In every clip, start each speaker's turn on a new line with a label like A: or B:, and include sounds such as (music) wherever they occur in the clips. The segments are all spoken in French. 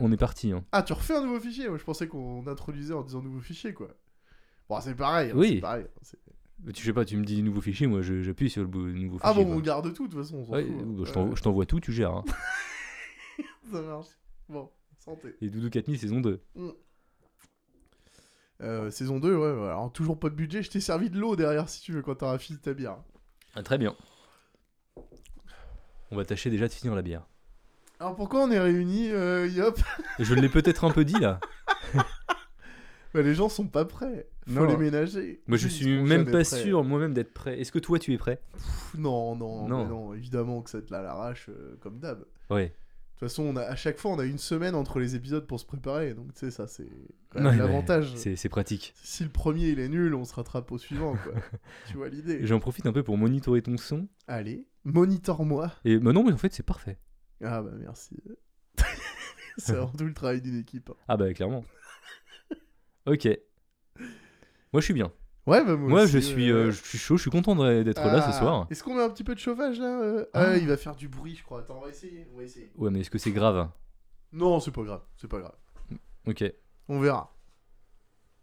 A: on est parti. hein.
B: Ah, tu refais un nouveau fichier Moi, je pensais qu'on introduisait en disant nouveau fichier, quoi. Bon, c'est pareil. hein,
A: Oui.
B: c'est pareil, c'est-
A: Mais Tu sais pas, tu me dis nouveau fichier, moi je- j'appuie sur le bou- nouveau
B: Ah
A: fichier.
B: bon, on
A: quoi.
B: garde tout, de toute façon. on s'en
A: Ouais,
B: fout, hein.
A: bah, je t'en- je t'envoie tout, tu gères. hein.
B: Ouais, (laughs) Ça marche. Bon, santé.
A: Et Doudou 4000 saison 2.
B: Euh, saison 2, ouais, ouais. Alors, toujours pas de budget. Je t'ai servi de l'eau derrière, si tu veux, quand t'auras fini ta bière.
A: Ah, très bien. On va tâcher déjà de finir la bière.
B: Alors, pourquoi on est réunis, euh, Yop (laughs)
A: Je l'ai peut-être un peu dit là.
B: Bah, Les gens sont pas prêts. Faut
A: Non.
B: les ménager.
A: Moi je
B: Ils
A: suis
B: seront
A: même
B: jamais
A: pas
B: prêts.
A: sûr moi-même d'être prêt. Est-ce que toi tu es prêt
B: Pff, non, non,
A: Non.
B: mais non. Évidemment que ça va être là à l'arrache, euh, comme d'hab. De
A: Ouais.
B: toute façon, on a, à chaque fois, on a une semaine entre les épisodes pour se préparer. Donc, tu sais, ça, c'est quand
A: Ouais,
B: même
A: ouais.
B: l'avantage.
A: C'est c'est pratique.
B: Si le premier, il est nul, on se rattrape au suivant,
A: (laughs)
B: quoi. tu vois l'idée
A: J'en profite un peu pour monitorer ton son.
B: Allez, monitore-moi.
A: Et bah non, mais en fait c'est parfait.
B: Ah bah merci. (laughs) C'est avant tout le travail d'une équipe. hein.
A: Ah bah clairement. ok. Moi je suis bien.
B: Ouais, bah moi,
A: Moi
B: aussi,
A: je suis,
B: euh,
A: euh, je suis chaud, je suis content de- d'être là
B: ah,
A: ce soir.
B: Est-ce qu'on met un petit peu de chauffage là euh ah.
A: Ah.
B: il va faire du bruit, je crois. Attends, on va essayer. On va essayer.
A: Ouais mais est-ce que c'est grave
B: Non, c'est pas grave. C'est pas grave.
A: Ok.
B: On verra.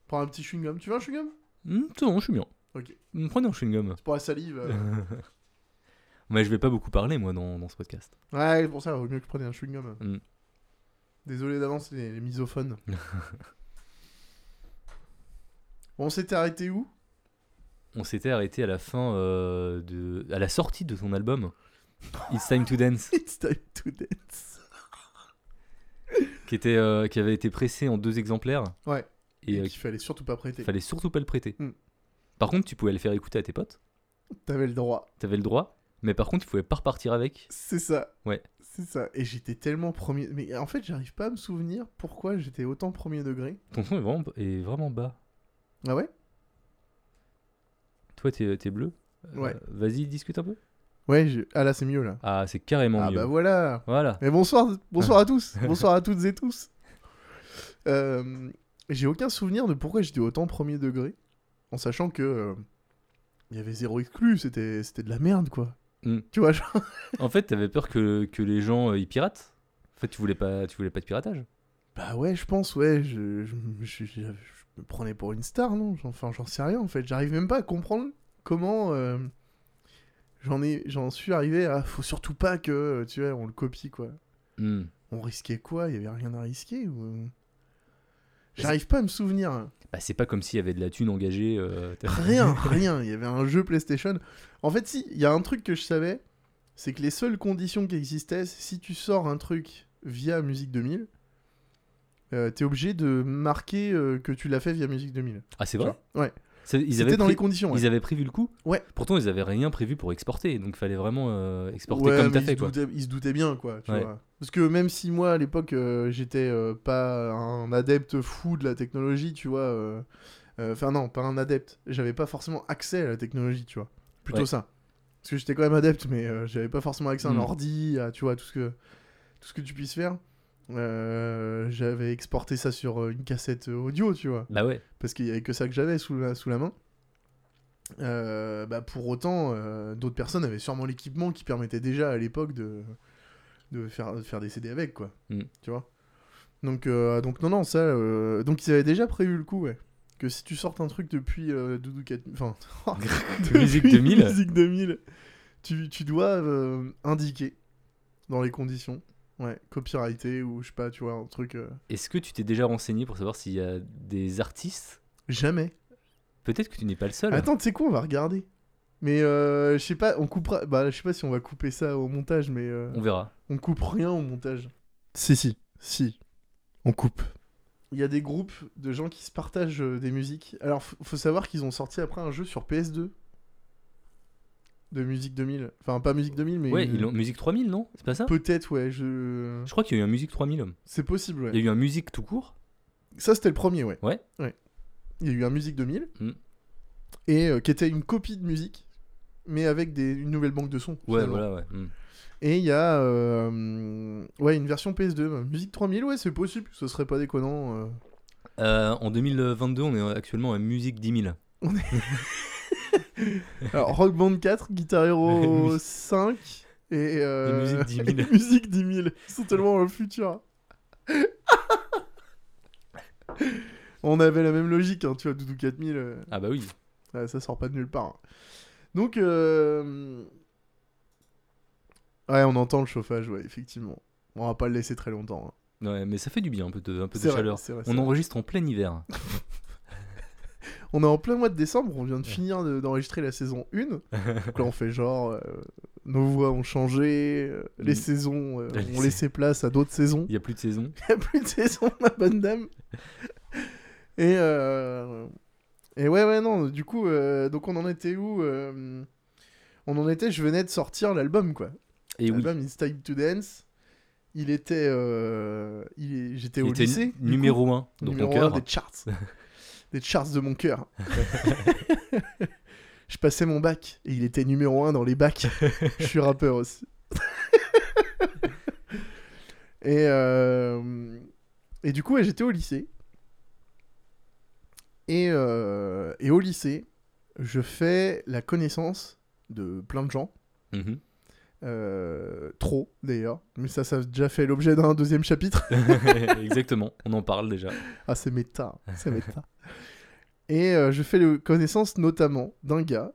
B: Prends un petit chewing-gum. Tu veux un chewing-gum
A: Hmm, c'est bon, je suis bien.
B: Ok.
A: Hmm, Prenez un chewing-gum.
B: C'est pour la salive. euh.
A: (laughs) Mais je vais pas beaucoup parler moi dans, dans ce podcast.
B: ouais, c'est pour ça, il vaut mieux que je prenne un chewing-gum.
A: Mm.
B: Désolé d'avance, les,
A: (laughs)
B: les misophones. on s'était arrêté où
A: On s'était arrêté à la fin euh, de... à la sortie de ton (laughs) album. It's Time to Dance,
B: (laughs) It's time to dance.
A: qui, était, euh, qui avait été pressé en deux exemplaires.
B: Ouais.
A: Et euh,
B: qu'il fallait surtout pas prêter.
A: qu'il fallait surtout pas le prêter.
B: Hmm.
A: Par contre, tu pouvais le faire écouter à tes potes.
B: T'avais le droit.
A: T'avais le droit. Mais par contre, tu pouvais pas repartir avec.
B: C'est ça.
A: Ouais.
B: C'est ça. Et j'étais tellement premier. Mais en fait, j'arrive pas à me souvenir pourquoi j'étais autant premier degré.
A: Ton son est vraiment, est vraiment bas.
B: Ah ouais
A: Toi, t'es t'es bleu. Euh,
B: Ouais.
A: Vas-y, discute un peu.
B: Ouais, je- ah là, c'est mieux là.
A: Ah, c'est carrément
B: ah
A: mieux.
B: bah voilà.
A: Voilà.
B: Mais bonsoir, bonsoir
A: (laughs)
B: à tous. Bonsoir à toutes et tous. Euh, J'ai aucun souvenir de pourquoi j'étais autant premier degré. En sachant que. euh, Il y avait zéro exclu. C'était c'était de la merde quoi.
A: Mm.
B: Tu vois, genre.
A: En fait, t'avais peur que, que les gens euh, ils piratent. En fait, tu voulais pas, tu voulais pas de piratage.
B: Bah ouais, je pense, ouais. Je, je, je- je- je me prenais pour une star, non Enfin, j'en sais rien en fait. J'arrive même pas à comprendre comment euh, j'en ai, j'en suis arrivé à. Faut surtout pas que, tu vois, on le copie quoi.
A: Hmm.
B: On risquait quoi Il y avait rien à risquer ou. euh, J'arrive pas à me souvenir.
A: Bah, c'est pas comme s'il y avait de la thune engagée. euh, t'as-
B: Rien, rien. Il y avait un jeu PlayStation. En fait, si, il y a un truc que je savais, c'est que les seules conditions qui existaient, c'est si tu sors un truc via Musique 2000, euh, t'es obligé de marquer euh, que tu l'as fait via Musique 2000.
A: Ah, c'est vrai
B: Ouais.
A: Ça, ils,
B: C'était
A: avaient
B: dans
A: pré-
B: les conditions. ouais.
A: ils avaient prévu le coup
B: Ouais.
A: Pourtant, ils avaient rien prévu pour exporter. Donc, fallait vraiment euh, exporter
B: Ouais,
A: comme
B: mais
A: t'as
B: ils
A: fait,
B: se
A: quoi.
B: doutaient- ils se doutaient bien, quoi. tu
A: Ouais.
B: vois. Parce que même si moi, à l'époque, euh, j'étais euh, pas un adepte fou de la technologie, tu vois. euh, euh, Enfin, non, pas un adepte. J'avais pas forcément accès à la technologie, tu vois. Plutôt
A: Ouais.
B: ça. Parce que j'étais quand même adepte, mais euh, j'avais pas forcément accès à un
A: Mm.
B: ordi, à, tu vois, tout ce que, tout ce que tu puisses faire. Euh, j'avais exporté ça sur euh, une cassette audio, tu vois
A: Bah, ouais.
B: parce qu'il y avait que ça que j'avais sous la, sous la main. Euh, bah pour autant, euh, d'autres personnes avaient sûrement l'équipement qui permettait déjà à l'époque de, de, faire, de faire des CD avec, quoi.
A: Mm.
B: Tu vois donc, euh, donc, non, non, ça. euh, donc, ils avaient déjà prévu le coup, ouais. Que si tu sortes un truc depuis euh, Doudou 4000.
A: (laughs)
B: Enfin, (laughs) depuis
A: Musique 2000.
B: Musique 2000, tu, tu dois euh, indiquer dans les conditions. Ouais, copyrighté ou je sais pas, tu vois, un truc. euh,
A: Est-ce que tu t'es déjà renseigné pour savoir s'il y a des artistes
B: jamais.
A: Peut-être que tu n'es pas le seul.
B: Attends, tu sais quoi, on va regarder. Mais euh, je sais pas, on coupera. Bah, je sais pas si on va couper ça au montage, mais euh,
A: On verra.
B: on coupe rien au montage. Si, si, si. On coupe. Il y a des groupes de gens qui se partagent euh, des musiques. Alors, f- faut savoir qu'ils ont sorti après un jeu sur PS2 de musique 2000. Enfin, pas musique 2000, mais euh,
A: Ouais, ils ont Musique 3000, non C'est pas ça
B: peut-être, ouais. Je...
A: Je crois qu'il y a eu un Musique 3000.
B: C'est possible, ouais.
A: Il y a eu un Musique tout court.
B: Ça, c'était le premier, ouais.
A: Ouais.
B: Il y a eu un Musique 2000,
A: Mm.
B: et euh, qui était une copie de musique, mais avec des, une nouvelle banque de sons.
A: Ouais,
B: finalement.
A: voilà, ouais. hmm.
B: Et il y a euh, ouais, une version PS2. euh, Musique 3000, ouais, c'est possible, ce serait pas déconnant. euh.
A: Euh, en 2022, on est actuellement à Musique 10 000.
B: Alors, Rock Band 4, Guitar Hero
A: (laughs) Musique-
B: 5 et, euh,
A: Et Musique 10 000.
B: (laughs) et Musique 10 000. Ils sont tellement dans le futur. (laughs) On avait la même logique, hein, tu vois, Doudou 4000, euh,
A: Ah bah oui.
B: ouais, ça sort pas de nulle part. hein. Donc, euh, ouais, on entend le chauffage, ouais, effectivement. On va pas le laisser très longtemps. hein.
A: Ouais, mais ça fait du bien un peu de, un peu de
B: C'est vrai,
A: chaleur.
B: c'est vrai, c'est
A: On
B: vrai.
A: enregistre en plein hiver.
B: On est en plein mois de décembre, on vient de finir de- d'enregistrer la saison
A: (laughs)
B: 1. Donc là, on fait genre, euh, nos voix ont changé, euh, les
A: Mm.
B: saisons euh,
A: Les
B: ont
A: saisons.
B: laissé place à d'autres saisons.
A: Il y a plus de saison.
B: Il n'y a plus de saison, ma bonne dame. Et, euh, et ouais, ouais, non, du coup, euh, donc on en était où euh, On en était, je venais de sortir l'album, quoi.
A: Et oui.
B: L'album It's Time to Dance. Il était. euh, il est- J'étais
A: Il
B: au
A: était
B: lycée. du coup.
A: numéro 1 dans
B: Numéro
A: ton
B: un
A: cœur.
B: des
A: (laughs)
B: charts. des charts de mon cœur. je passais mon bac et il était numéro 1 dans
A: (laughs)
B: les bacs. je suis rappeur aussi. (laughs) et, euh, et du coup, ouais, j'étais au lycée. Et, euh, et au lycée, je fais la connaissance de plein de gens.
A: Mhm. (laughs)
B: Euh, trop d'ailleurs. Mais ça, ça a déjà fait l'objet d'un deuxième chapitre. (laughs)
A: Exactement, on en parle déjà.
B: Ah, c'est méta, c'est
A: (laughs)
B: méta. Et euh, je fais le- connaissance notamment d'un gars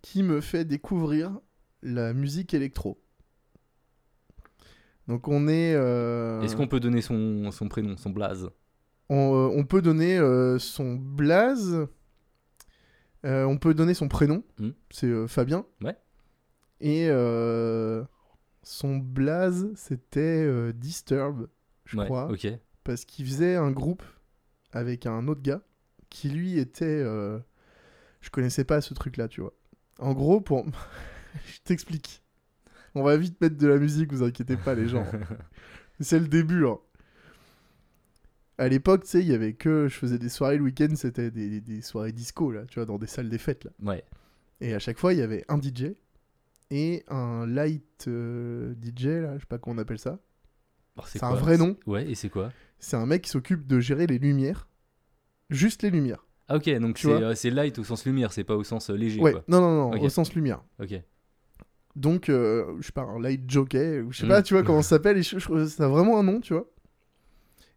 B: qui me fait découvrir la musique électro. Donc on est... euh,
A: Est-ce qu'on peut donner son, son prénom, son blaze
B: on, euh, on peut donner euh, son blaze, euh, on peut donner son prénom,
A: Mm.
B: c'est euh, Fabien.
A: Ouais.
B: Et euh, son blaze, c'était euh, Disturb, je
A: Ouais,
B: crois.
A: ok.
B: parce qu'il faisait un groupe avec un autre gars qui lui était euh, je connaissais pas ce truc là tu vois en gros pour (laughs) je t'explique on va vite mettre de la musique vous inquiétez pas les gens c'est le début hein. à l'époque tu sais il y avait que je faisais des soirées le week-end c'était des, des soirées disco là tu vois dans des salles des fêtes là
A: Ouais.
B: et à chaque fois il y avait un DJ et un light euh, DJ là je sais pas comment on appelle ça
A: Alors,
B: C'est un
A: quoi
B: vrai nom
A: Ouais, et c'est quoi
B: c'est un mec qui s'occupe de gérer les lumières. Juste les lumières.
A: Ah ok, donc
B: Tu
A: c'est
B: vois
A: euh, c'est light au sens lumière, c'est pas au sens euh, léger
B: Ouais,
A: quoi.
B: non, non, non,
A: Ok.
B: au sens lumière.
A: Ok.
B: Donc, euh, je sais pas, un light jockey, ou je sais
A: Mm.
B: pas, tu vois, comment ça s'appelle, et je, je- ça a vraiment un nom, tu vois.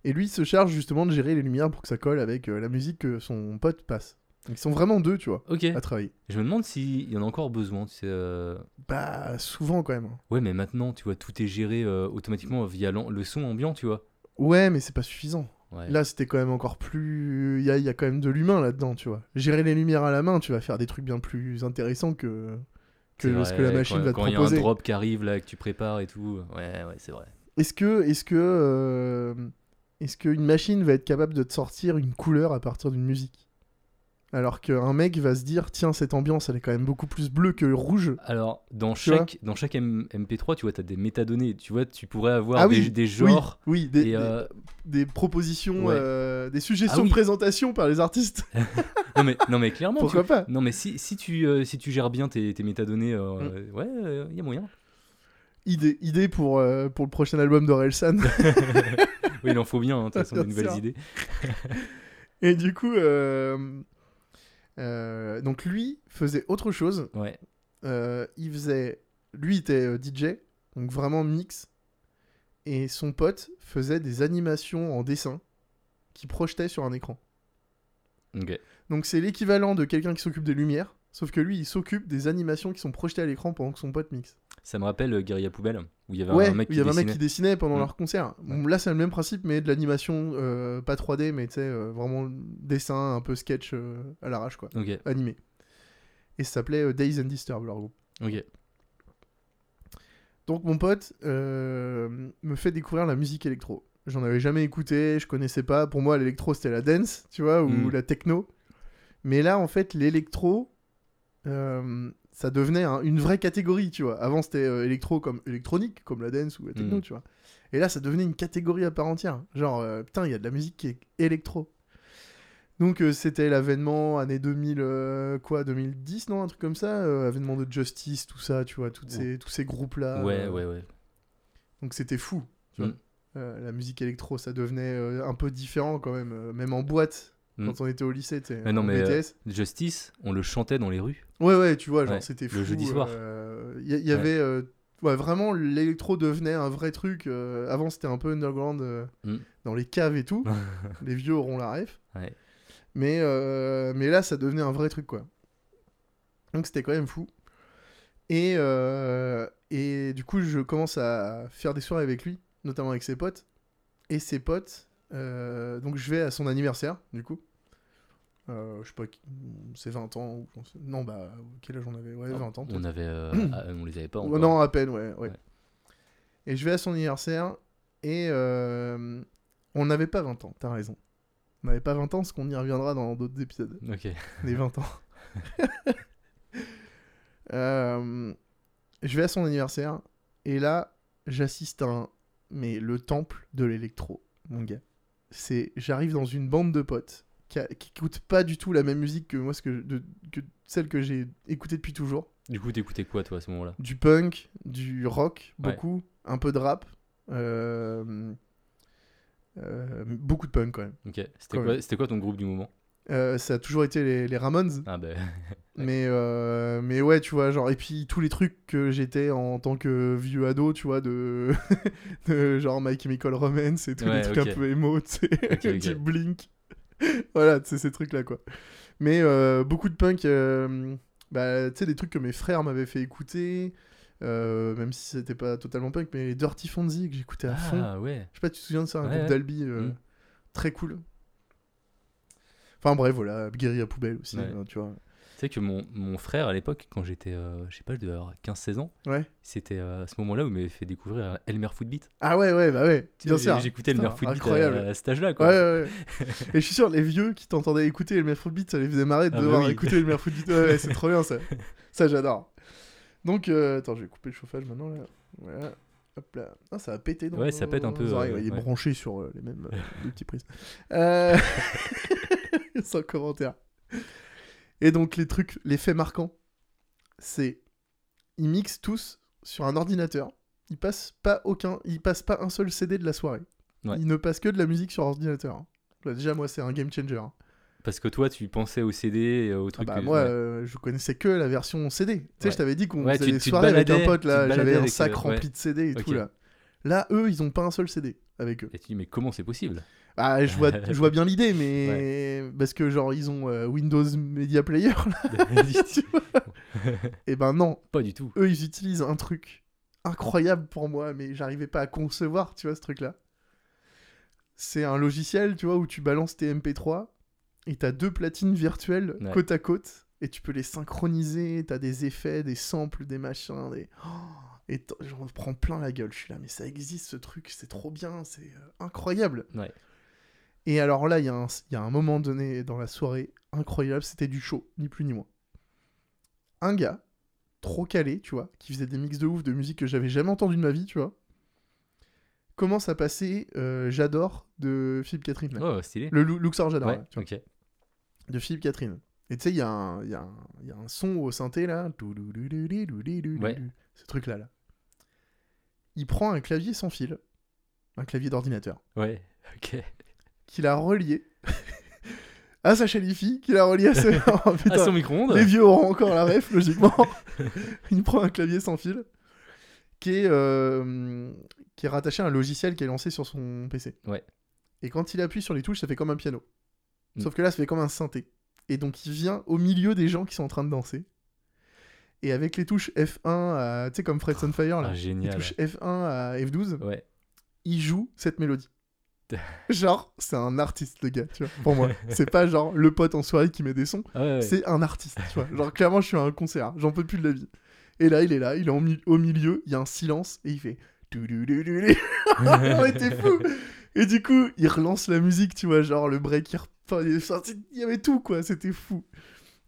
B: Et lui, il se charge justement de gérer les lumières pour que ça colle avec euh, la musique que son pote passe. Donc, ils sont vraiment deux, tu vois,
A: Ok.
B: à travailler.
A: Je me demande s'il y en a encore besoin. Tu sais, euh,
B: Bah, souvent quand même.
A: Ouais, mais maintenant, tu vois, tout est géré euh, automatiquement via l'am- le son ambiant, tu vois.
B: Ouais, mais c'est pas suffisant.
A: Ouais.
B: Là, c'était quand même encore plus. Il y a, il y a quand même de l'humain là-dedans, tu vois. Gérer les lumières à la main, tu vas faire des trucs bien plus intéressants que,
A: C'est
B: que ce
A: vrai,
B: que la machine
A: quand,
B: va te
A: quand il y a un
B: proposer.
A: drop qui arrive là, que tu prépares et tout. Ouais, ouais, c'est vrai.
B: Est-ce que, est-ce que, euh, est-ce qu'une machine va être capable de te sortir une couleur à partir d'une musique Alors qu'un mec va se dire, tiens, cette ambiance, elle est quand même beaucoup plus bleue que rouge.
A: Alors, dans
B: Tu vois
A: chaque, dans chaque M- MP3, tu vois, tu as des métadonnées. Tu vois, tu pourrais avoir
B: Ah
A: des,
B: oui,
A: des genres.
B: Oui, des,
A: et,
B: des-
A: euh,
B: des propositions,
A: Ouais.
B: euh, des suggestions
A: Ah oui.
B: de présentation par
A: (laughs)
B: les artistes.
A: non, mais, non, mais clairement, tu-
B: Pourquoi pas
A: Non, mais si, si, tu, euh, si tu gères bien tes, tes métadonnées, euh,
B: Mm.
A: ouais, il y a moyen.
B: idée, idée pour, euh, pour le prochain album
A: (laughs)
B: d'Orelsan.
A: Oui, il en faut bien, hein, de toute
B: (laughs)
A: façon, des
B: Bien
A: nouvelles
B: sûr.
A: idées.
B: Et du coup, euh, euh, donc lui faisait autre chose.
A: Ouais.
B: Euh, il faisait. Lui était euh, DJ, donc vraiment mix. Et son pote faisait des animations en dessin qui projetait sur un écran.
A: Ok.
B: Donc c'est l'équivalent de quelqu'un qui s'occupe des lumières, sauf que lui il s'occupe des animations qui sont projetées à l'écran pendant que son pote mixe.
A: Ça me rappelle euh, Guérilla Poubelle, où il y avait
B: ouais,
A: un mec
B: il
A: qui
B: y avait un mec
A: dessinait.
B: qui dessinait pendant
A: Mm.
B: leur concert. Bon, là c'est le même principe, mais de l'animation euh, pas 3D, mais tu sais, euh, vraiment dessin, un peu sketch euh, à l'arrache quoi,
A: Ok,
B: animé. Et ça s'appelait euh, Days and Disturb leur groupe.
A: ok.
B: Donc mon pote euh, me fait découvrir la musique électro. J'en avais jamais écouté, je connaissais pas. Pour moi, l'électro c'était la dance, tu vois, ou
A: Mm.
B: la techno. Mais là, en fait, l'électro, euh, ça devenait un- une vraie catégorie, tu vois. Avant, c'était euh, électro comme électronique, comme la dance ou la techno,
A: Mm.
B: tu vois. Et là, ça devenait une catégorie à part entière. Genre, euh, putain, il y a de la musique qui est électro. Donc euh, c'était l'avènement année 2000 euh, quoi 2010 non un truc comme ça euh, avènement de Justice tout ça tu vois toutes
A: Ouh.
B: ces, tous ces groupes là
A: ouais, ouais, ouais.
B: Euh, donc c'était fou. tu vois.
A: Mm.
B: Euh, la musique électro, ça devenait euh, un peu différent quand même, euh, même en boîte,
A: Mm.
B: quand on était au lycée, tu sais,
A: Mais non,
B: en
A: mais, euh,
B: BTS.
A: Justice, on le chantait dans les rues.
B: Ouais, ouais, tu vois, genre
A: ouais,
B: c'était
A: le
B: fou.
A: jeudi soir.
B: euh, Il y, il y
A: Ouais.
B: avait euh, ouais, vraiment, l'électro devenait un vrai truc. euh, avant, c'était un peu underground euh,
A: Mm.
B: dans les caves
A: (laughs)
B: et tout. les vieux auront la ref.
A: Ouais.
B: Mais, euh, mais là, ça devenait un vrai truc, quoi. Donc, c'était quand même fou. Et, euh, et du coup, je commence à faire des soirées avec lui, notamment avec ses potes. Et ses potes, euh, donc je vais à son anniversaire, du coup. Euh, je sais pas, qui- c'est 20 ans. ou j'en sais- Non, bah, quel âge on avait Ouais, 20 ans. peut-être.
A: On avait,
B: (clears throat)
A: euh, ah, on les avait pas
B: Ouais,
A: encore.
B: Oh, non, à peine, ouais, ouais.
A: Ouais.
B: Et je vais à son anniversaire et euh, on n'avait pas 20 ans, t'as raison. On n'avait pas 20 ans, parce qu'on y reviendra dans d'autres épisodes.
A: Ok.
B: Les 20 ans. (laughs) Euh, je vais à son anniversaire et là, j'assiste à un. Mais le temple de l'électro, mon gars. C'est. J'arrive dans une bande de potes qui, a- qui écoutent pas du tout la même musique que moi, ce que, je- de- que celle que j'ai écoutée depuis toujours
A: Du coup, t'écoutais quoi toi à ce moment-là
B: du punk, du rock,
A: Ouais.
B: beaucoup, un peu de rap. euh, euh, beaucoup de punk quand même.
A: Ok. C'était
B: Quand
A: quoi, c'était quoi ton groupe du moment
B: Euh, ça a toujours été les, les Ramones,
A: Ah ben.
B: mais, euh, mais ouais, tu vois, genre, et puis tous les trucs que j'étais en tant que vieux ado, tu vois, de, (laughs) de genre My Chemical Romance et tous les
A: Ouais,
B: trucs
A: ok.
B: un peu émo, (laughs) tu sais,
A: ok.
B: type Blink. voilà, tu sais, ces trucs-là, quoi. Mais euh, beaucoup de punk, euh, bah, tu sais, des trucs que mes frères m'avaient fait écouter, euh, même si c'était pas totalement punk, mais Dirty Fonzie que j'écoutais à fond.
A: Ah ouais.
B: Je sais pas, tu te souviens de ça, un
A: Ouais,
B: groupe
A: ouais.
B: d'Albi euh,
A: Mm.
B: très cool. Enfin bref, voilà, Guéri à poubelle aussi,
A: Ouais.
B: hein, tu vois.
A: Tu sais que mon, mon frère, à l'époque, quand j'étais, euh, je sais pas, je devais avoir 15-16 ans,
B: Ouais.
A: c'était euh, à ce moment-là où il m'avait fait découvrir euh, Elmer Footbeat.
B: Ah ouais, ouais, bah ouais,
A: Tu sais,
B: bien
A: j'ai-
B: sûr.
A: J'écoutais
B: Putain,
A: Elmer Footbeat
B: incroyable.
A: à, à cet âge-là,
B: Ouais,
A: euh, quoi.
B: ouais, ouais. Et je suis sûr, les vieux qui t'entendaient écouter le Merfoot Beat, ça les faisait marrer de
A: Ah bah
B: devoir
A: oui.
B: écouter le Merfoot Beat. Ouais, ouais, c'est trop
A: (laughs)
B: bien ça. Ça, j'adore. Donc, euh, attends, je vais couper le chauffage maintenant là. Voilà. Hop là. Ah, ça a pété dans
A: Ouais, ça pète un
B: nos
A: peu,
B: oreilles.
A: euh,
B: Ouais, il est
A: ouais.
B: branché sur euh, les mêmes
A: (laughs)
B: euh, deux petits prises. Euh, (laughs) Sans commentaire. Et donc, les trucs, les faits marquants, c'est. Ils mixent tous sur un ordinateur. Ils passent pas aucun. Ils passent pas un seul CD de la soirée.
A: Ouais.
B: Ils ne passent que de la musique sur ordinateur. hein. Bah, déjà, moi, c'est un game changer. hein.
A: Parce que toi, tu pensais au CD, et au
B: Ah
A: truc.
B: bah,
A: que-
B: moi,
A: ouais.
B: euh, je connaissais que la version CD. Tu sais,
A: Ouais.
B: je t'avais dit qu'on
A: Ouais,
B: faisait
A: tu-
B: des
A: tu te
B: soirées avec un
A: baladais-
B: pote,
A: tu
B: là.
A: te
B: J'avais
A: baladais
B: un
A: avec,
B: sac
A: euh,
B: rempli de CD et
A: Ok.
B: tout, là. Là, eux, ils ont pas un seul CD avec eux.
A: Et tu dis, mais comment c'est
B: (laughs)
A: possible (laughs)
B: Ah, je vois, je vois bien l'idée, mais. Parce que, genre, ils ont euh, Windows Media Player, (laughs) là. tu vois. et ben non,
A: Pas du tout.
B: eux, ils utilisent un truc incroyable pour moi, mais j'arrivais pas à concevoir, tu vois, ce truc-là. C'est un logiciel, tu vois, où tu balances tes MP3 et t'as deux platines virtuelles
A: Ouais.
B: côte à côte et tu peux les synchroniser, t'as des effets, des samples, des machins, des... (gasps) Oh, et t'en- j'en prends plein la gueule, je suis là, mais ça existe ce truc, c'est trop bien, c'est euh, incroyable.
A: Ouais.
B: Et alors là, il y, a un- il y a un moment donné dans la soirée incroyable, c'était du show, ni plus ni moins. Un gars, trop calé, tu vois, qui faisait des mix de ouf de musique que j'avais jamais entendu de ma vie, tu vois, commence à passer euh, J'adore de Philippe Catherine. là.
A: Oh, stylé.
B: Le Lu- Luxor J'adore,
A: ouais,
B: là, tu vois,
A: ok.
B: de Philippe Catherine. Et tu sais, il y, a un- il y a un il y a un son au synthé là. Toulouloulouloulouloulou.
A: Ouais.
B: Ce truc là, là. Il prend un clavier sans fil, un clavier d'ordinateur
A: Ouais, ok. Ah,
B: qu'il a relié à sa chalifi, qu'il a relié à ses... Oh, putain,
A: à son micro-ondes
B: les vieux auront encore la ref, logiquement. (laughs) Il prend un clavier sans fil qui est, euh, qui est rattaché à un logiciel qui est lancé sur son PC.
A: Ouais.
B: Et quand il appuie sur les touches, ça fait comme un piano.
A: Mm.
B: Sauf que là, ça fait comme un synthé. Et donc, il vient au milieu des gens qui sont en train de danser. Et avec les touches F1, à- tu sais, comme Fred Sunfire, là,
A: Ah,
B: les
A: génial.
B: touches F1 à F12,
A: Ouais.
B: il joue
A: (laughs)
B: cette mélodie. Genre, c'est un artiste, le gars, tu vois, pour moi. C'est pas genre le pote en soirée qui met des sons,
A: Ah, ouais, ouais.
B: c'est un artiste, tu vois. Genre, clairement, je suis à un concert, j'en peux plus de la vie. Et là, il est là, il est en mi- au milieu, il y a un silence, et il fait... (laughs) Touloulouloulou. On était fou Et du coup, il relance la musique, tu vois, genre le break, il repa- il est sorti- il y avait tout, quoi, c'était fou.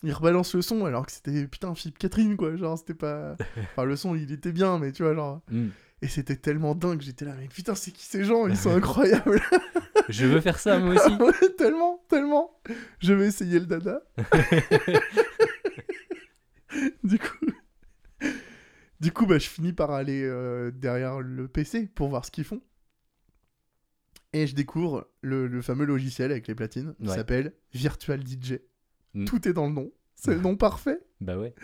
B: Il rebalance le son, alors que c'était, putain, Philippe Catherine, quoi, genre, c'était pas... Enfin, le son, il était bien, mais tu vois, genre...
A: (laughs) Hmm.
B: Et c'était tellement dingue, j'étais là, mais putain, c'est qui ces gens Ils sont incroyables
A: Je veux faire ça moi
B: (laughs)
A: aussi.
B: Tellement, tellement Je vais essayer
A: (laughs)
B: le dada. du coup... Du coup, bah, je finis par aller euh, derrière le PC pour voir ce qu'ils font. Et je découvre le, le fameux logiciel avec les platines qui
A: Ouais.
B: s'appelle Virtual DJ.
A: Mm. (laughs)
B: Tout est dans le nom. C'est le nom parfait.
A: bah ouais.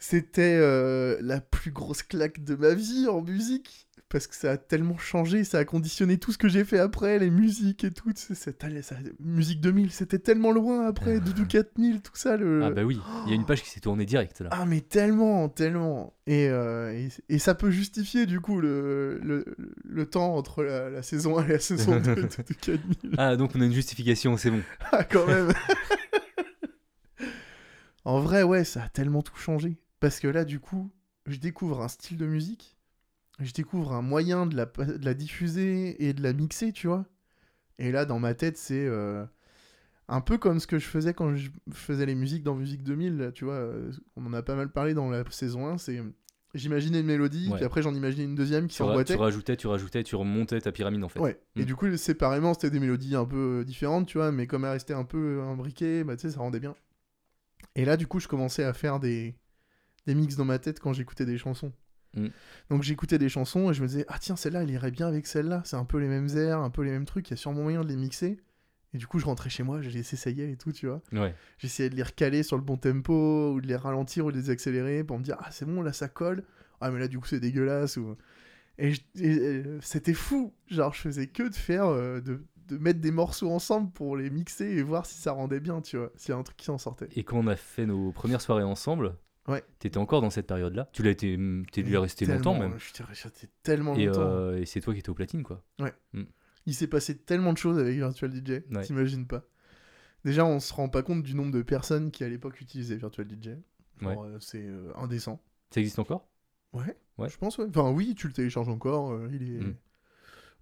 B: C'était euh, la plus grosse claque de ma vie en musique. Parce que ça a tellement changé, ça a conditionné tout ce que j'ai fait après, les musiques et tout. c'est- c'est- allez, ça- musique 2000, c'était tellement loin après, Doudou 4000, tout ça. Le...
A: Ah bah oui, il y a une page qui s'est tournée direct là.
B: (laughs) Ah, mais tellement, tellement. Et, euh, et, et ça peut justifier du coup le, le, le temps entre la, la saison 1 et la saison 2 de Doudou 4000.
A: Ah donc on a une justification, c'est bon.
B: Ah, (laughs) quand même. en vrai, ouais, ça a tellement tout changé. Parce que là, du coup, je découvre un style de musique, je découvre un moyen de la, pa- de la diffuser et de la mixer, tu vois. Et là, dans ma tête, c'est euh, un peu comme ce que je faisais quand je faisais les musiques dans Musique 2000, là, tu vois. euh, On en a pas mal parlé dans la saison 1, c'est... J'imaginais une mélodie,
A: Ouais.
B: puis après j'en imaginais une deuxième qui
A: Tu, ra- tu
B: s'emboîtait.
A: rajoutais, tu rajoutais, tu remontais ta pyramide en fait.
B: Ouais.
A: Mm.
B: Et du coup, séparément, c'était des mélodies un peu euh, différentes, tu vois, mais comme elles restaient un peu imbriquées, bah, tu sais, ça rendait bien. Et là, du coup, je commençais à faire des, des mix dans ma tête quand j'écoutais des chansons.
A: Mm.
B: Donc j'écoutais des chansons et je me disais, ah tiens, celle-là, elle irait bien avec celle-là. C'est un peu les mêmes airs, un peu les mêmes trucs, il y a sûrement moyen de les mixer. Et du coup, je rentrais chez moi, je les essayais et tout, tu vois.
A: Ouais.
B: J'essayais de les recaler sur le bon tempo, ou de les ralentir, ou de les accélérer pour me dire Ah, c'est bon, là ça colle. Ah, mais là du coup c'est dégueulasse. Ou... Et, je- et, euh, c'était fou. Genre, je faisais que de faire, euh, de, de mettre des morceaux ensemble pour les mixer et voir si ça rendait bien, tu vois, s'il y a un truc qui s'en sortait.
A: Et quand on a fait nos premières soirées ensemble,
B: Ouais.
A: t'étais encore dans cette période-là. Tu l'as été, mm, t'es dû rester
B: Tellement,
A: longtemps même.
B: Je t'ai resté tellement
A: Et,
B: longtemps.
A: euh, et c'est toi qui étais au platine quoi.
B: Il s'est passé tellement de choses avec Virtual DJ,
A: Ouais.
B: t'imagines pas. Déjà, on se rend pas compte du nombre de personnes qui à l'époque utilisaient Virtual DJ. Genre, euh, c'est euh, indécent.
A: Ça existe encore
B: Ouais.
A: Ouais.
B: Je pense, ouais. Enfin, oui, tu le télécharges encore. euh, il est.
A: Mm.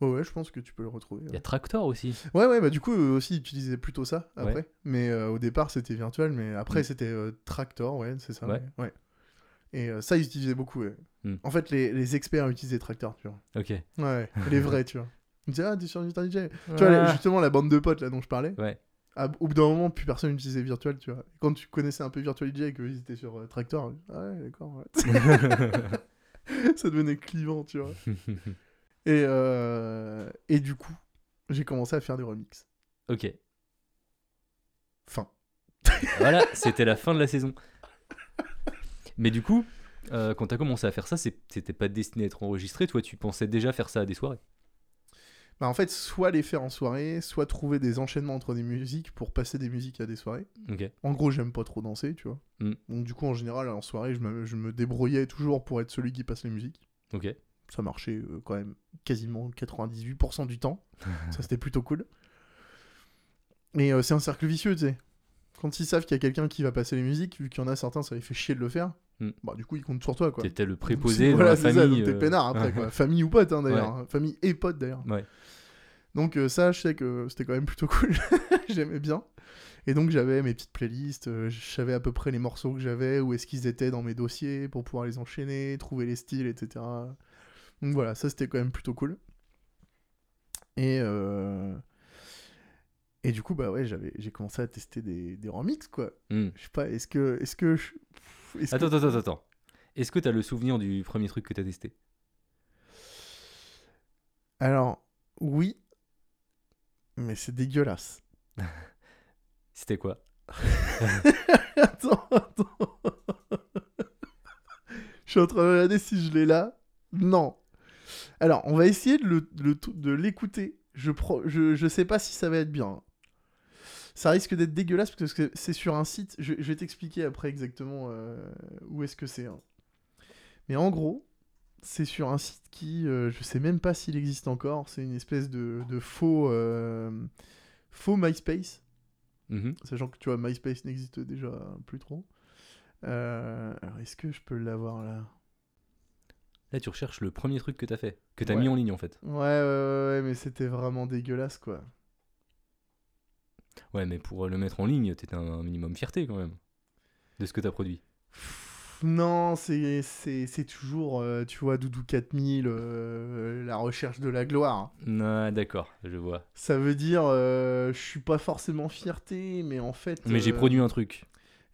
B: Ouais, ouais, je pense que tu peux le retrouver.
A: Il y
B: ouais.
A: a Tractor aussi.
B: Ouais, ouais, bah du coup, eux aussi, ils utilisaient plutôt ça
A: Ouais.
B: après. Mais euh, au départ, c'était virtuel, mais après,
A: Mm.
B: c'était euh, Tractor, ouais, c'est ça.
A: Ouais.
B: ouais. Et euh, ça, ils utilisaient beaucoup, ouais.
A: Mm.
B: En fait, les, les experts utilisaient Tractor, tu vois.
A: Ok.
B: Ouais, les vrais,
A: (laughs)
B: tu vois. Ils disaient, ah, t'es sur Virtual DJ. Tu vois, les-
A: Ah.
B: justement, la bande de potes là dont je parlais.
A: Ouais.
B: à- au bout d'un moment, plus personne n'utilisait Virtual, tu vois. Quand tu connaissais un peu Virtual DJ et que ils étaient sur euh, Tractor, ah ouais, d'accord, ouais.
A: (laughs)
B: (laughs) ça devenait clivant, tu vois. Et, euh, et du coup, j'ai commencé à faire des remixes.
A: ok.
B: Fin.
A: Voilà, c'était la fin de la saison. Mais du coup, euh, quand t'as commencé à faire ça, c'est- c'était pas destiné à être enregistré. Toi, tu pensais déjà faire ça à des soirées.
B: Bah, en fait, soit les faire en soirée, soit trouver des enchaînements entre des musiques pour passer des musiques à des soirées.
A: Ok.
B: En gros, j'aime pas trop danser, tu vois.
A: Mm.
B: Donc, du coup, en général, en soirée, je me, je me débrouillais toujours pour être celui qui passe les musiques.
A: Ok.
B: ça marchait euh, quand même quasiment 98% du temps. ça, c'était plutôt cool. Mais euh, c'est un cercle vicieux, tu sais. Quand ils savent qu'il y a quelqu'un qui va passer les musiques, vu qu'il y en a certains, ça les fait chier de le faire,
A: Mm.
B: bah du coup, ils comptent sur toi, quoi.
A: T'étais le
B: (laughs)
A: préposé dans
B: Voilà,
A: la
B: c'est
A: famille.
B: ça, donc
A: euh,
B: t'es peinard après, quoi. Famille ou pote, hein, d'ailleurs.
A: Ouais.
B: hein. Famille et pote, d'ailleurs.
A: Ouais.
B: Donc euh, ça, je sais que c'était quand même plutôt (laughs) cool. J'aimais bien. Et donc j'avais mes petites playlists, euh, je savais à peu près les morceaux que j'avais, où est-ce qu'ils étaient dans mes dossiers pour pouvoir les enchaîner, trouver les styles, etc. Donc voilà, ça c'était quand même plutôt cool. Et, euh, et du coup, bah ouais, j'avais- j'ai commencé à tester des, des remixes, quoi.
A: (laughs) Hmm.
B: Je sais pas, est-ce que... Est que je- pff, est-ce que-
A: Attends, attends, attends, attends. Est-ce que t'as le souvenir du premier truc que t'as testé
B: Alors, oui, mais c'est dégueulasse.
A: C'était quoi
B: Attends, attends. je suis en train de regarder si je l'ai là. Non. Alors, on va essayer de le- de le tou- de l'écouter. Je, pro- je, je sais pas si ça va être bien. Ça risque d'être dégueulasse parce que c'est sur un site. Je, je vais t'expliquer après exactement euh, où est-ce que c'est. hein. Mais en gros, c'est sur un site qui, euh, je sais même pas s'il existe encore. C'est une espèce de, de faux, euh, faux MySpace
A: Mhm.
B: sachant que tu vois MySpace n'existe déjà plus trop. Euh, alors est-ce que je peux l'avoir là
A: Là, tu recherches le premier truc que t'as fait, que t'as
B: Ouais.
A: mis en ligne en fait.
B: ouais, ouais, ouais, ouais, mais c'était vraiment dégueulasse quoi.
A: Ouais, mais pour euh, le mettre en ligne, t'étais un, un minimum fierté quand même de ce que t'as produit.
B: Pff, Non, c'est c'est- c'est toujours, euh, tu vois, Doudou 4000, euh, la recherche de la gloire.
A: Ah, d'accord, je vois.
B: Ça veut dire, euh, je suis pas forcément fierté, mais en fait.
A: Mais j'ai
B: euh,
A: produit un truc.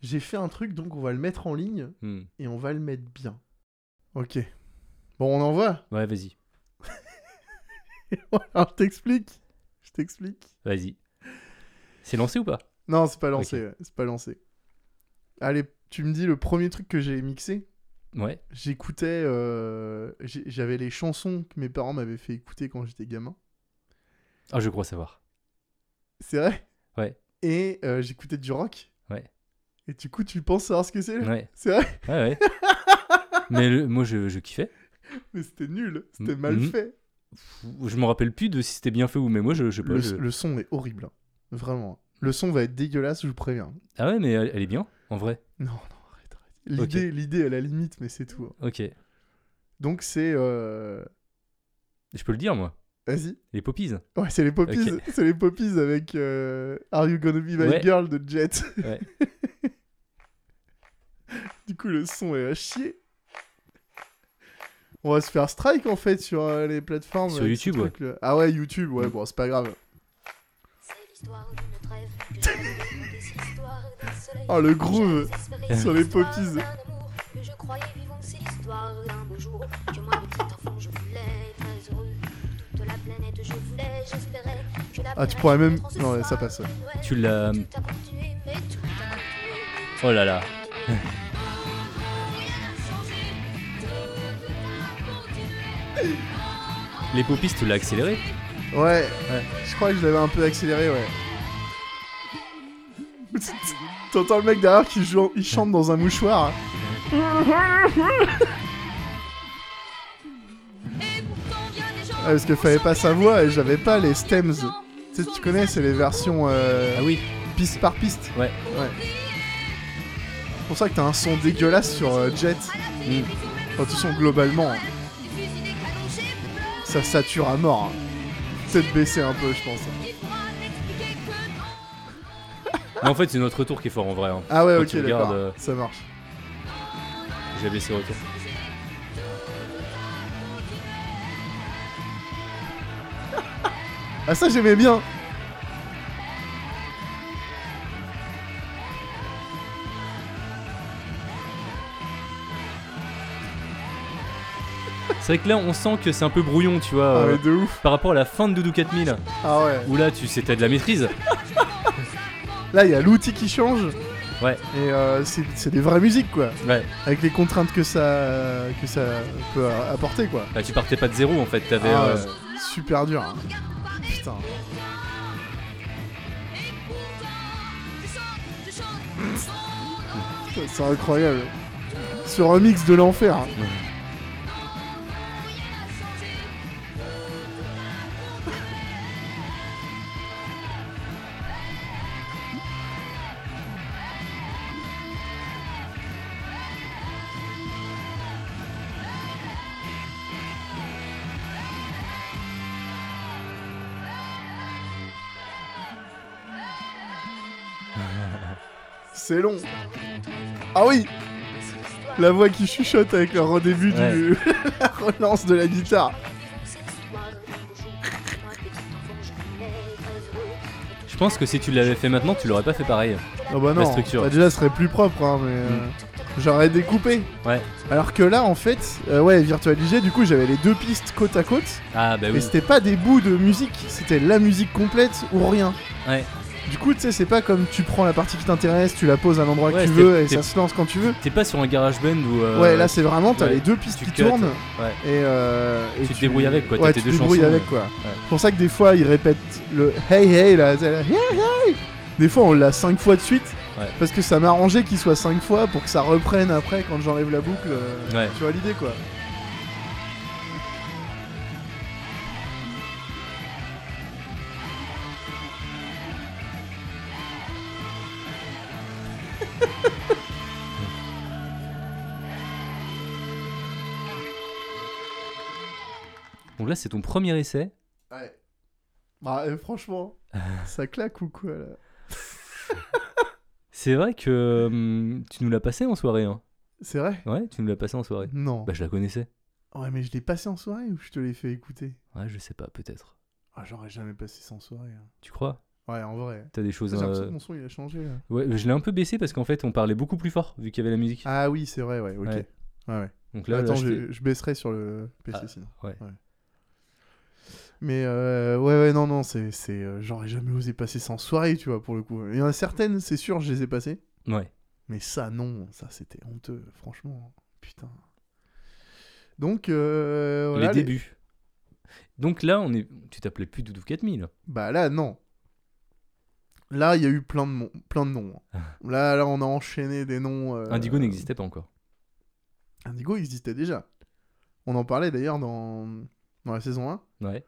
B: J'ai fait un truc, donc on va le mettre en ligne
A: Hmm.
B: et on va le mettre bien. Ok. Bon, on (laughs) envoie
A: Ouais, vas-y,
B: Alors, je t'explique. Je t'explique.
A: vas-y. C'est lancé ou pas
B: Non, c'est pas lancé. ouais, C'est pas lancé. Allez, Tu me dis le premier truc que j'ai mixé
A: Ouais.
B: J'écoutais. euh, j'ai- J'avais les chansons que mes parents m'avaient fait écouter quand j'étais gamin.
A: Ah, je crois savoir.
B: C'est vrai
A: Ouais.
B: Et euh, j'écoutais du rock.
A: Ouais.
B: Et du coup, tu penses savoir ce que c'est là
A: (laughs) Ouais,
B: C'est vrai
A: ouais, ouais. Mais le- moi, je, je kiffais.
B: Mais c'était nul. C'était
A: Mm,
B: mal
A: mm.
B: fait.
A: Je me rappelle plus de si c'était bien fait ou mais moi, je, je sais pas.
B: Le,
A: je-
B: le son est horrible. hein. Vraiment. Le son va être dégueulasse, je vous préviens.
A: Ah ouais, mais elle, elle est bien, en vrai.
B: Non, non, arrête, arrête. L'idée, l'idée à la limite, mais c'est tout. hein.
A: Ok.
B: Donc c'est... euh,
A: Je peux le dire, moi.
B: Vas-y.
A: Les poppies.
B: Ouais, c'est les poppies.
A: Ok.
B: C'est les poppies avec euh, Are You Gonna Be My
A: Ouais.
B: Girl de Jet.
A: Ouais.
B: (laughs) du coup, le son est à chier. On va se faire strike en fait sur euh, les plateformes.
A: Sur
B: avec ce
A: YouTube, ouais. Mm.
B: truc-là. Ah ouais, YouTube, ouais, bon, c'est pas grave.
C: C'est l'histoire d'une trêve que j'avais demandé, c'est l'histoire d'un soleil.
B: Oh, le groove
C: J'avais
B: sur les
C: l'histoire
B: poppies.
C: d'un amour que je croyais vivant, c'est l'histoire d'un beau jour. Que moi, le petit enfant, je voulais très heureux. Toute la planète, je voulais, j'espérais. Je
B: Ah, tu pourrais même-
C: l'appellerais
B: non, ouais, ça
C: soir
B: passe, ouais.
C: de Noël.
A: Tu l'as.
C: Tout a continué, mais tout a continué.
A: Oh là là. Les poppies, tu l'as accéléré
B: Ouais, je crois que je l'avais un peu accéléré, ouais. (laughs) T'entends le mec derrière qui joue, il chante dans un mouchoir. Ah, Ouais, parce qu'il fallait pas sa voix et j'avais pas les stems. Tu sais, tu connais, c'est les versions euh,
A: Ah oui.
B: piste par piste.
A: Ouais.
B: Ouais. C'est pour ça que t'as un son dégueulasse sur euh, Jet.
A: Mm.
B: Enfin, tout son globalement, hein. ça sature à mort. hein. C'est de baisser un peu, je pense.
A: Mais en fait, c'est notre tour qui est fort en vrai. hein.
B: Ah ouais,
A: Quand
B: ok,
A: tu regardes,
B: d'accord.
A: euh,
B: Ça marche.
A: J'ai baissé retour.
B: Ah, ça, j'aimais bien.
A: C'est vrai que là, on sent que c'est un peu brouillon, tu vois.
B: Ah,
A: euh,
B: mais de ouf.
A: Par rapport à la fin de Doudou 4000,
B: Ah ouais.
A: où là, tu sais, t'as de la maîtrise.
B: Là, il y a l'outil qui change.
A: Ouais.
B: Et euh, c'est c'est des vraies musiques, quoi.
A: Ouais.
B: Avec les contraintes que ça, que ça peut apporter, quoi.
A: Bah, tu partais pas de zéro en fait. T'avais.
B: Ah,
A: euh,
B: ouais, Super dur. hein. Putain. Putain, C'est incroyable. Ce remix de l'enfer. hein. C'est long. Ah oui La voix qui chuchote avec le redébut du... (laughs) la relance de la guitare.
A: Je pense que si tu l'avais fait maintenant, tu l'aurais pas fait pareil.
B: Ah bah non,
A: La structure.
B: Bah déjà ce serait plus propre, hein, mais euh, j'aurais découpé.
A: Ouais.
B: Alors que là, en fait, euh, ouais, Virtual DJ, du coup, j'avais les deux pistes côte à côte,
A: Ah bah
B: mais
A: oui.
B: c'était pas des bouts de musique, c'était la musique complète ou rien.
A: Ouais.
B: Du coup, tu sais, c'est pas comme tu prends la partie qui t'intéresse, tu la poses à l'endroit
A: Ouais,
B: que tu
A: c'était-
B: veux et ça
A: c'était-
B: se lance quand tu veux.
A: T'es pas sur un garage band où. euh,
B: ouais, là, c'est vraiment, t'as
A: ouais,
B: les deux pistes
A: tu
B: qui
A: cut,
B: tournent.
A: ouais.
B: Et, euh, et
A: Tu te débrouilles avec, quoi, t'as
B: Ouais,
A: tes
B: tu te
A: deux
B: débrouilles
A: chansons,
B: avec
A: euh,
B: quoi. C'est pour ça que des fois ils répètent le hey hey là, t'sais, là, hey hey. Des fois on l'a 5 fois de suite.
A: Ouais.
B: Parce que ça m'arrangeait qu'il soit 5 fois pour que ça reprenne après quand j'enlève la boucle. euh,
A: Ouais.
B: Tu vois l'idée quoi.
A: Donc là, c'est ton premier essai.
B: Ouais. Bah euh,
A: (laughs)
B: franchement, ça claque ou quoi là
A: C'est vrai que hum, tu nous l'as passé en soirée. Hein.
B: C'est vrai
A: Ouais, tu nous l'as passé en soirée.
B: Non.
A: Bah, je la connaissais.
B: Ouais mais je l'ai passé en soirée ou je te l'ai fait écouter
A: Ouais, je sais pas, peut-être.
B: Ah j'aurais jamais passé sans soirée. hein.
A: Tu crois
B: Ouais en vrai.
A: T'as des choses.
B: J'ai l'impression
A: euh,
B: que mon son il a changé là.
A: Ouais, je l'ai un peu baissé parce qu'en fait, on parlait beaucoup plus fort vu qu'il y avait la musique.
B: Ah oui c'est vrai ouais ok.
A: Ouais.
B: Ouais ouais.
A: Donc là, là,
B: Attends,
A: je t'ai-
B: je, je baisserai sur le PC
A: Ah,
B: sinon.
A: ouais.
B: Mais euh, ouais, ouais, non, non, c'est, c'est, euh, j'aurais jamais osé passer sans soirée, tu vois, pour le coup. Il y en a certaines, c'est sûr, je les ai passées.
A: Ouais.
B: Mais ça, non, ça c'était honteux, franchement. Putain. Donc, euh, voilà,
A: les débuts. Donc là, on est... tu t'appelais plus Doudou 4000.
B: Bah là, non. Là, il y a eu plein de, mon- plein de noms.
A: (laughs)
B: hein. là, là, on a enchaîné des noms. euh,
A: Indigo n'existait pas encore.
B: Indigo existait déjà. On en parlait d'ailleurs dans... dans la saison 1.
A: Ouais.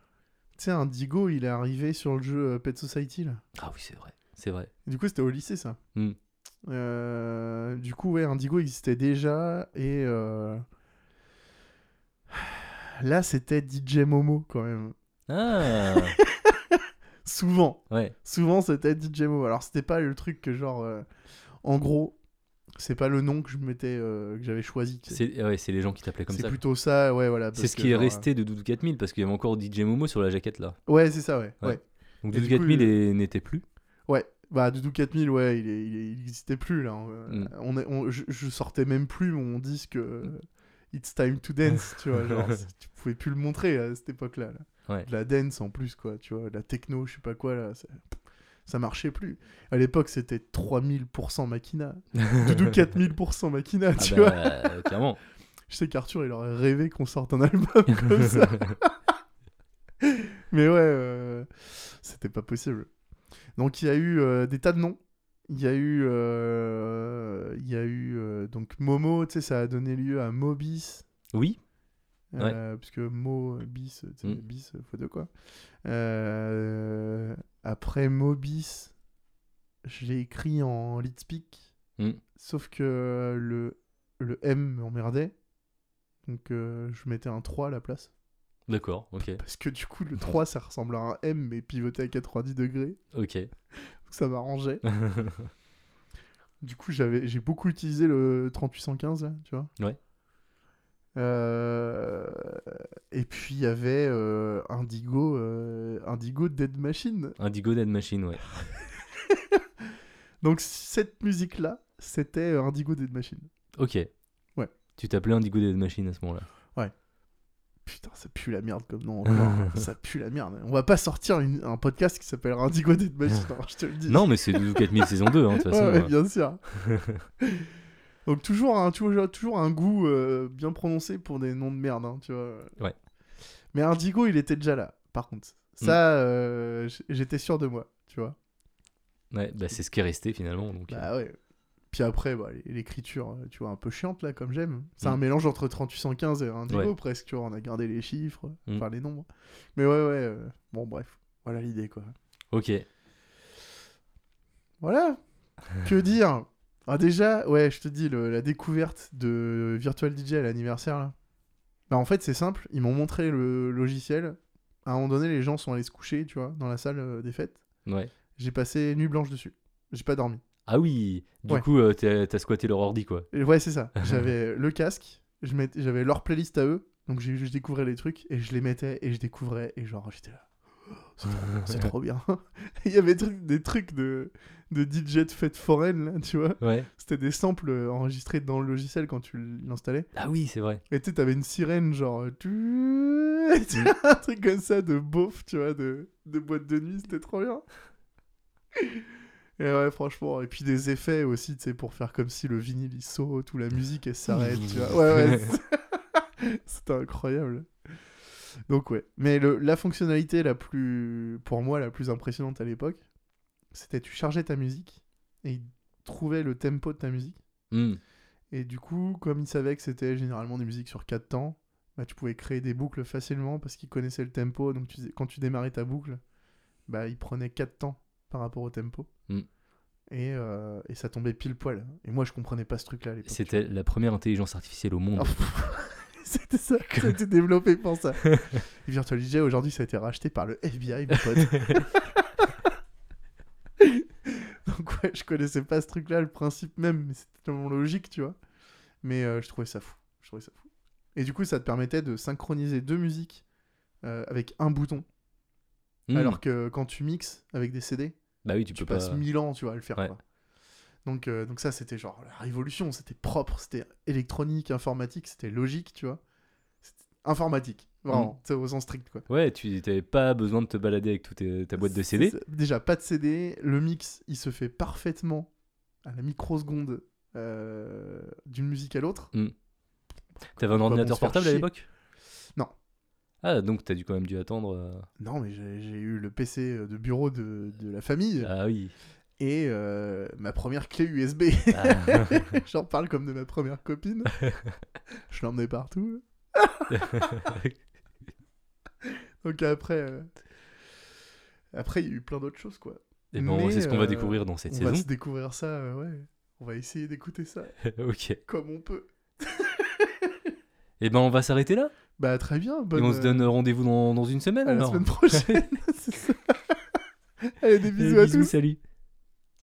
B: Tu sais, Indigo, il est arrivé sur le jeu euh, Pet Society, là.
A: Ah oui, c'est vrai. C'est vrai.
B: Du coup, c'était au lycée, ça.
A: Hmm.
B: Euh, du coup, ouais, Indigo existait déjà. Et euh, (sighs) là, c'était DJ Momo, quand même.
A: Ah
B: Souvent. (laughs)
A: Ouais.
B: Souvent, c'était DJ Momo. Alors, c'était pas le truc que, genre, euh, en gros, c'est pas le nom que je m'étais, euh, que j'avais choisi. tu sais.
A: C'est ouais, c'est les gens qui t'appelaient comme
B: C'est
A: ça.
B: plutôt ça, ouais, voilà.
A: C'est
B: parce
A: ce
B: que,
A: qui est
B: genre,
A: resté de Doudou 4000 parce qu'il y avait encore DJ Momo sur la jaquette là.
B: euh, Ouais, c'est ça, ouais.
A: Ouais.
B: ouais.
A: Donc
B: Et
A: Doudou
B: du coup, euh,
A: 4000 est- n'était
B: (laughs)
A: plus.
B: Ouais, bah Doudou 4000, ouais, il, est- il, est- il existait plus là. Euh,
A: Mm.
B: On est- on- je, je sortais même plus mon disque euh, It's Time to
A: (laughs)
B: Dance, tu vois. Genre, c'est- tu pouvais plus le montrer à cette époque-là. là.
A: Ouais.
B: De la dance en plus, quoi, tu vois, de la techno, je sais pas quoi là. Ça, ça marchait plus. À l'époque, c'était 3000% Machina.
A: (laughs)
B: Doudou 4000% Machina,
A: Ah
B: tu
A: bah,
B: vois.
A: euh, clairement.
B: Je sais qu'Arthur, il aurait rêvé qu'on sorte un album
A: (laughs)
B: comme ça. Mais ouais, euh, c'était pas possible. Donc il y a eu euh, des tas de noms. Il y a eu, euh, il y a eu euh, donc Momo, tu sais, ça a donné lieu à Mobis,
A: oui,
B: euh, parce que Mo euh, bis, tu sais,
A: Mm.
B: bis euh, fois deux quoi. Euh, après Mobis, je l'ai écrit en Litspeak,
A: Mm.
B: sauf que le le M m'emmerdait, donc euh, je mettais un 3 à la place.
A: d'accord, ok.
B: Parce que du coup, le 3, ça ressemble à un M, mais pivoté à 90 degrés.
A: Ok.
B: Donc
A: (laughs)
B: ça m'arrangeait. Du coup, j'avais, j'ai beaucoup utilisé le 3815, là, tu vois.
A: Ouais.
B: Euh, Et puis, il y avait euh, Indigo, euh, Indigo Dead Machine.
A: Indigo Dead Machine, ouais.
B: Donc, cette musique-là, c'était euh, Indigo Dead Machine.
A: Ok.
B: Ouais.
A: Tu t'appelais Indigo Dead Machine à ce
B: (laughs)
A: moment-là.
B: Putain, ça pue la merde comme
A: (laughs)
B: nom. encore. ça pue la merde. On va pas sortir une- un podcast qui s'appellera Indigo Dead
A: (laughs)
B: Machine, alors, je te le dis.
A: Non, mais c'est Doudou 4000 saison 2, hein, de toute façon.
B: Ouais, ouais,
A: euh. (laughs)
B: bien sûr. Donc toujours un, toujours, toujours un goût euh, bien prononcé pour des noms de merde, hein, tu vois.
A: Ouais. Mm.
B: Mais Indigo, il était déjà là, par contre. Ça, euh, j- j'étais sûr de moi, tu vois.
A: Ouais, bah, c'est ce qui est resté finalement. Donc, euh,
B: Bah ouais. Puis après, bah, l- l'écriture, euh, tu vois, un peu chiante, là, comme j'aime. C'est un
A: Mm.
B: mélange entre 3815 et Indigo,
A: Ouais.
B: presque, tu vois. On a gardé les chiffres,
A: Mm.
B: enfin les nombres. Mais ouais, ouais, euh, bon, bref. Voilà l'idée, quoi.
A: euh. Ok.
B: Voilà. Que dire Ah déjà, ouais, je te dis, le- la découverte de Virtual DJ à l'anniversaire, là. Bah en fait, c'est simple, ils m'ont montré le logiciel. À un moment donné, les gens sont allés se coucher, tu vois, dans la salle euh, des fêtes.
A: Ouais.
B: J'ai passé nuit blanche dessus. J'ai pas dormi.
A: Ah oui Du
B: Ouais.
A: coup, euh, t'as t'as squatté leur ordi, quoi.
B: Et ouais, c'est ça. J'avais le casque, je mettais- j'avais leur playlist à eux, donc j'ai- je découvrais les trucs, et je les mettais, et je découvrais, et genre, j'étais là. C'est trop, bien, c'est trop bien. (laughs) Il y avait des trucs- des trucs de, de DJ de fête foraine, là, tu vois.
A: Ouais.
B: C'était des samples euh, enregistrés dans le logiciel quand tu l'installais.
A: Ah oui, c'est vrai.
B: Et tu sais, t'avais une sirène, genre. euh, tu- tu vois, (laughs) Un truc comme ça de beauf, tu vois, de, de boîte de nuit, c'était trop bien. (laughs) Et ouais, franchement. Et puis des effets aussi, tu sais, pour faire comme si le vinyle il saute ou la musique elle s'arrête, tu vois.
A: (laughs)
B: Ouais, ouais. c'est- C'était incroyable. Donc, ouais. Mais le- la fonctionnalité la plus. Pour moi, la plus impressionnante à l'époque, c'était tu chargeais ta musique et il trouvait le tempo de ta musique.
A: Hmm.
B: Et du coup, comme il savait que c'était généralement des musiques sur 4 temps, bah, tu pouvais créer des boucles facilement parce qu'il connaissait le tempo. Donc tu, sais- quand tu démarrais ta boucle, bah, il prenait 4 temps par rapport au tempo.
A: Mm.
B: Et, euh, et ça tombait pile poil. Et moi, je comprenais pas ce truc-là à l'époque.
A: C'était la première intelligence artificielle au monde.
B: Oh, (laughs) C'était ça, ça a été développé pour ça. Et Virtual DJ, aujourd'hui, ça a été racheté par le FBI, mon pote. Donc, ouais, je connaissais pas ce truc-là, le principe même, mais c'était tellement logique, tu vois. Mais euh, je trouvais ça fou. Je trouvais ça fou. Et du coup, ça te permettait de synchroniser deux musiques euh, avec un bouton.
A: Hmm.
B: Oh, Alors que quand tu mixes avec des CD,
A: bah oui, tu,
B: tu
A: peux
B: passes
A: pas.
B: mille ans, tu vois, à le faire.
A: Ouais.
B: quoi. Donc, euh, donc ça, c'était genre la révolution, c'était propre, c'était électronique, informatique, c'était logique, tu vois. C'était Informatique,
A: Mm.
B: vraiment, tu sais, au sens strict, quoi.
A: Ouais, tu t'avais pas besoin de te balader avec toute tes- ta boîte de CD.
B: C'est- Déjà, pas de CD, le mix, il se fait parfaitement à la microseconde euh, d'une musique à l'autre.
A: Mm. T'avais un
B: va
A: ordinateur
B: se faire
A: portable à
B: chier.
A: l'époque
B: Non.
A: Ah, donc t'as dû quand même dû attendre. euh,
B: Non, mais j'ai j'ai eu le PC de bureau de, de la famille
A: Ah
B: (laughs)
A: oui.
B: et euh, ma première clé USB.
A: Ah. (laughs)
B: (laughs) J'en parle comme de ma première copine. Je
A: (laughs)
B: l'emmenais partout. Donc après, euh, après il y a eu plein d'autres choses quoi.
A: Et bon,
B: Mais,
A: c'est ce qu'on va
B: euh,
A: découvrir dans
B: On
A: cette
B: va
A: saison.
B: se découvrir ça, euh, ouais. On va essayer d'écouter ça
A: (laughs) ok.
B: comme on peut.
A: Et ben, on va s'arrêter là.
B: Bah très bien. Bonne,
A: et on se
B: euh,
A: donne rendez-vous dans, dans une semaine.
B: à la
A: alors. (laughs)
B: (laughs) semaine prochaine. C'est ça. Allez des
A: Allez,
B: bisous à
A: bisous,
B: tous.
A: salut.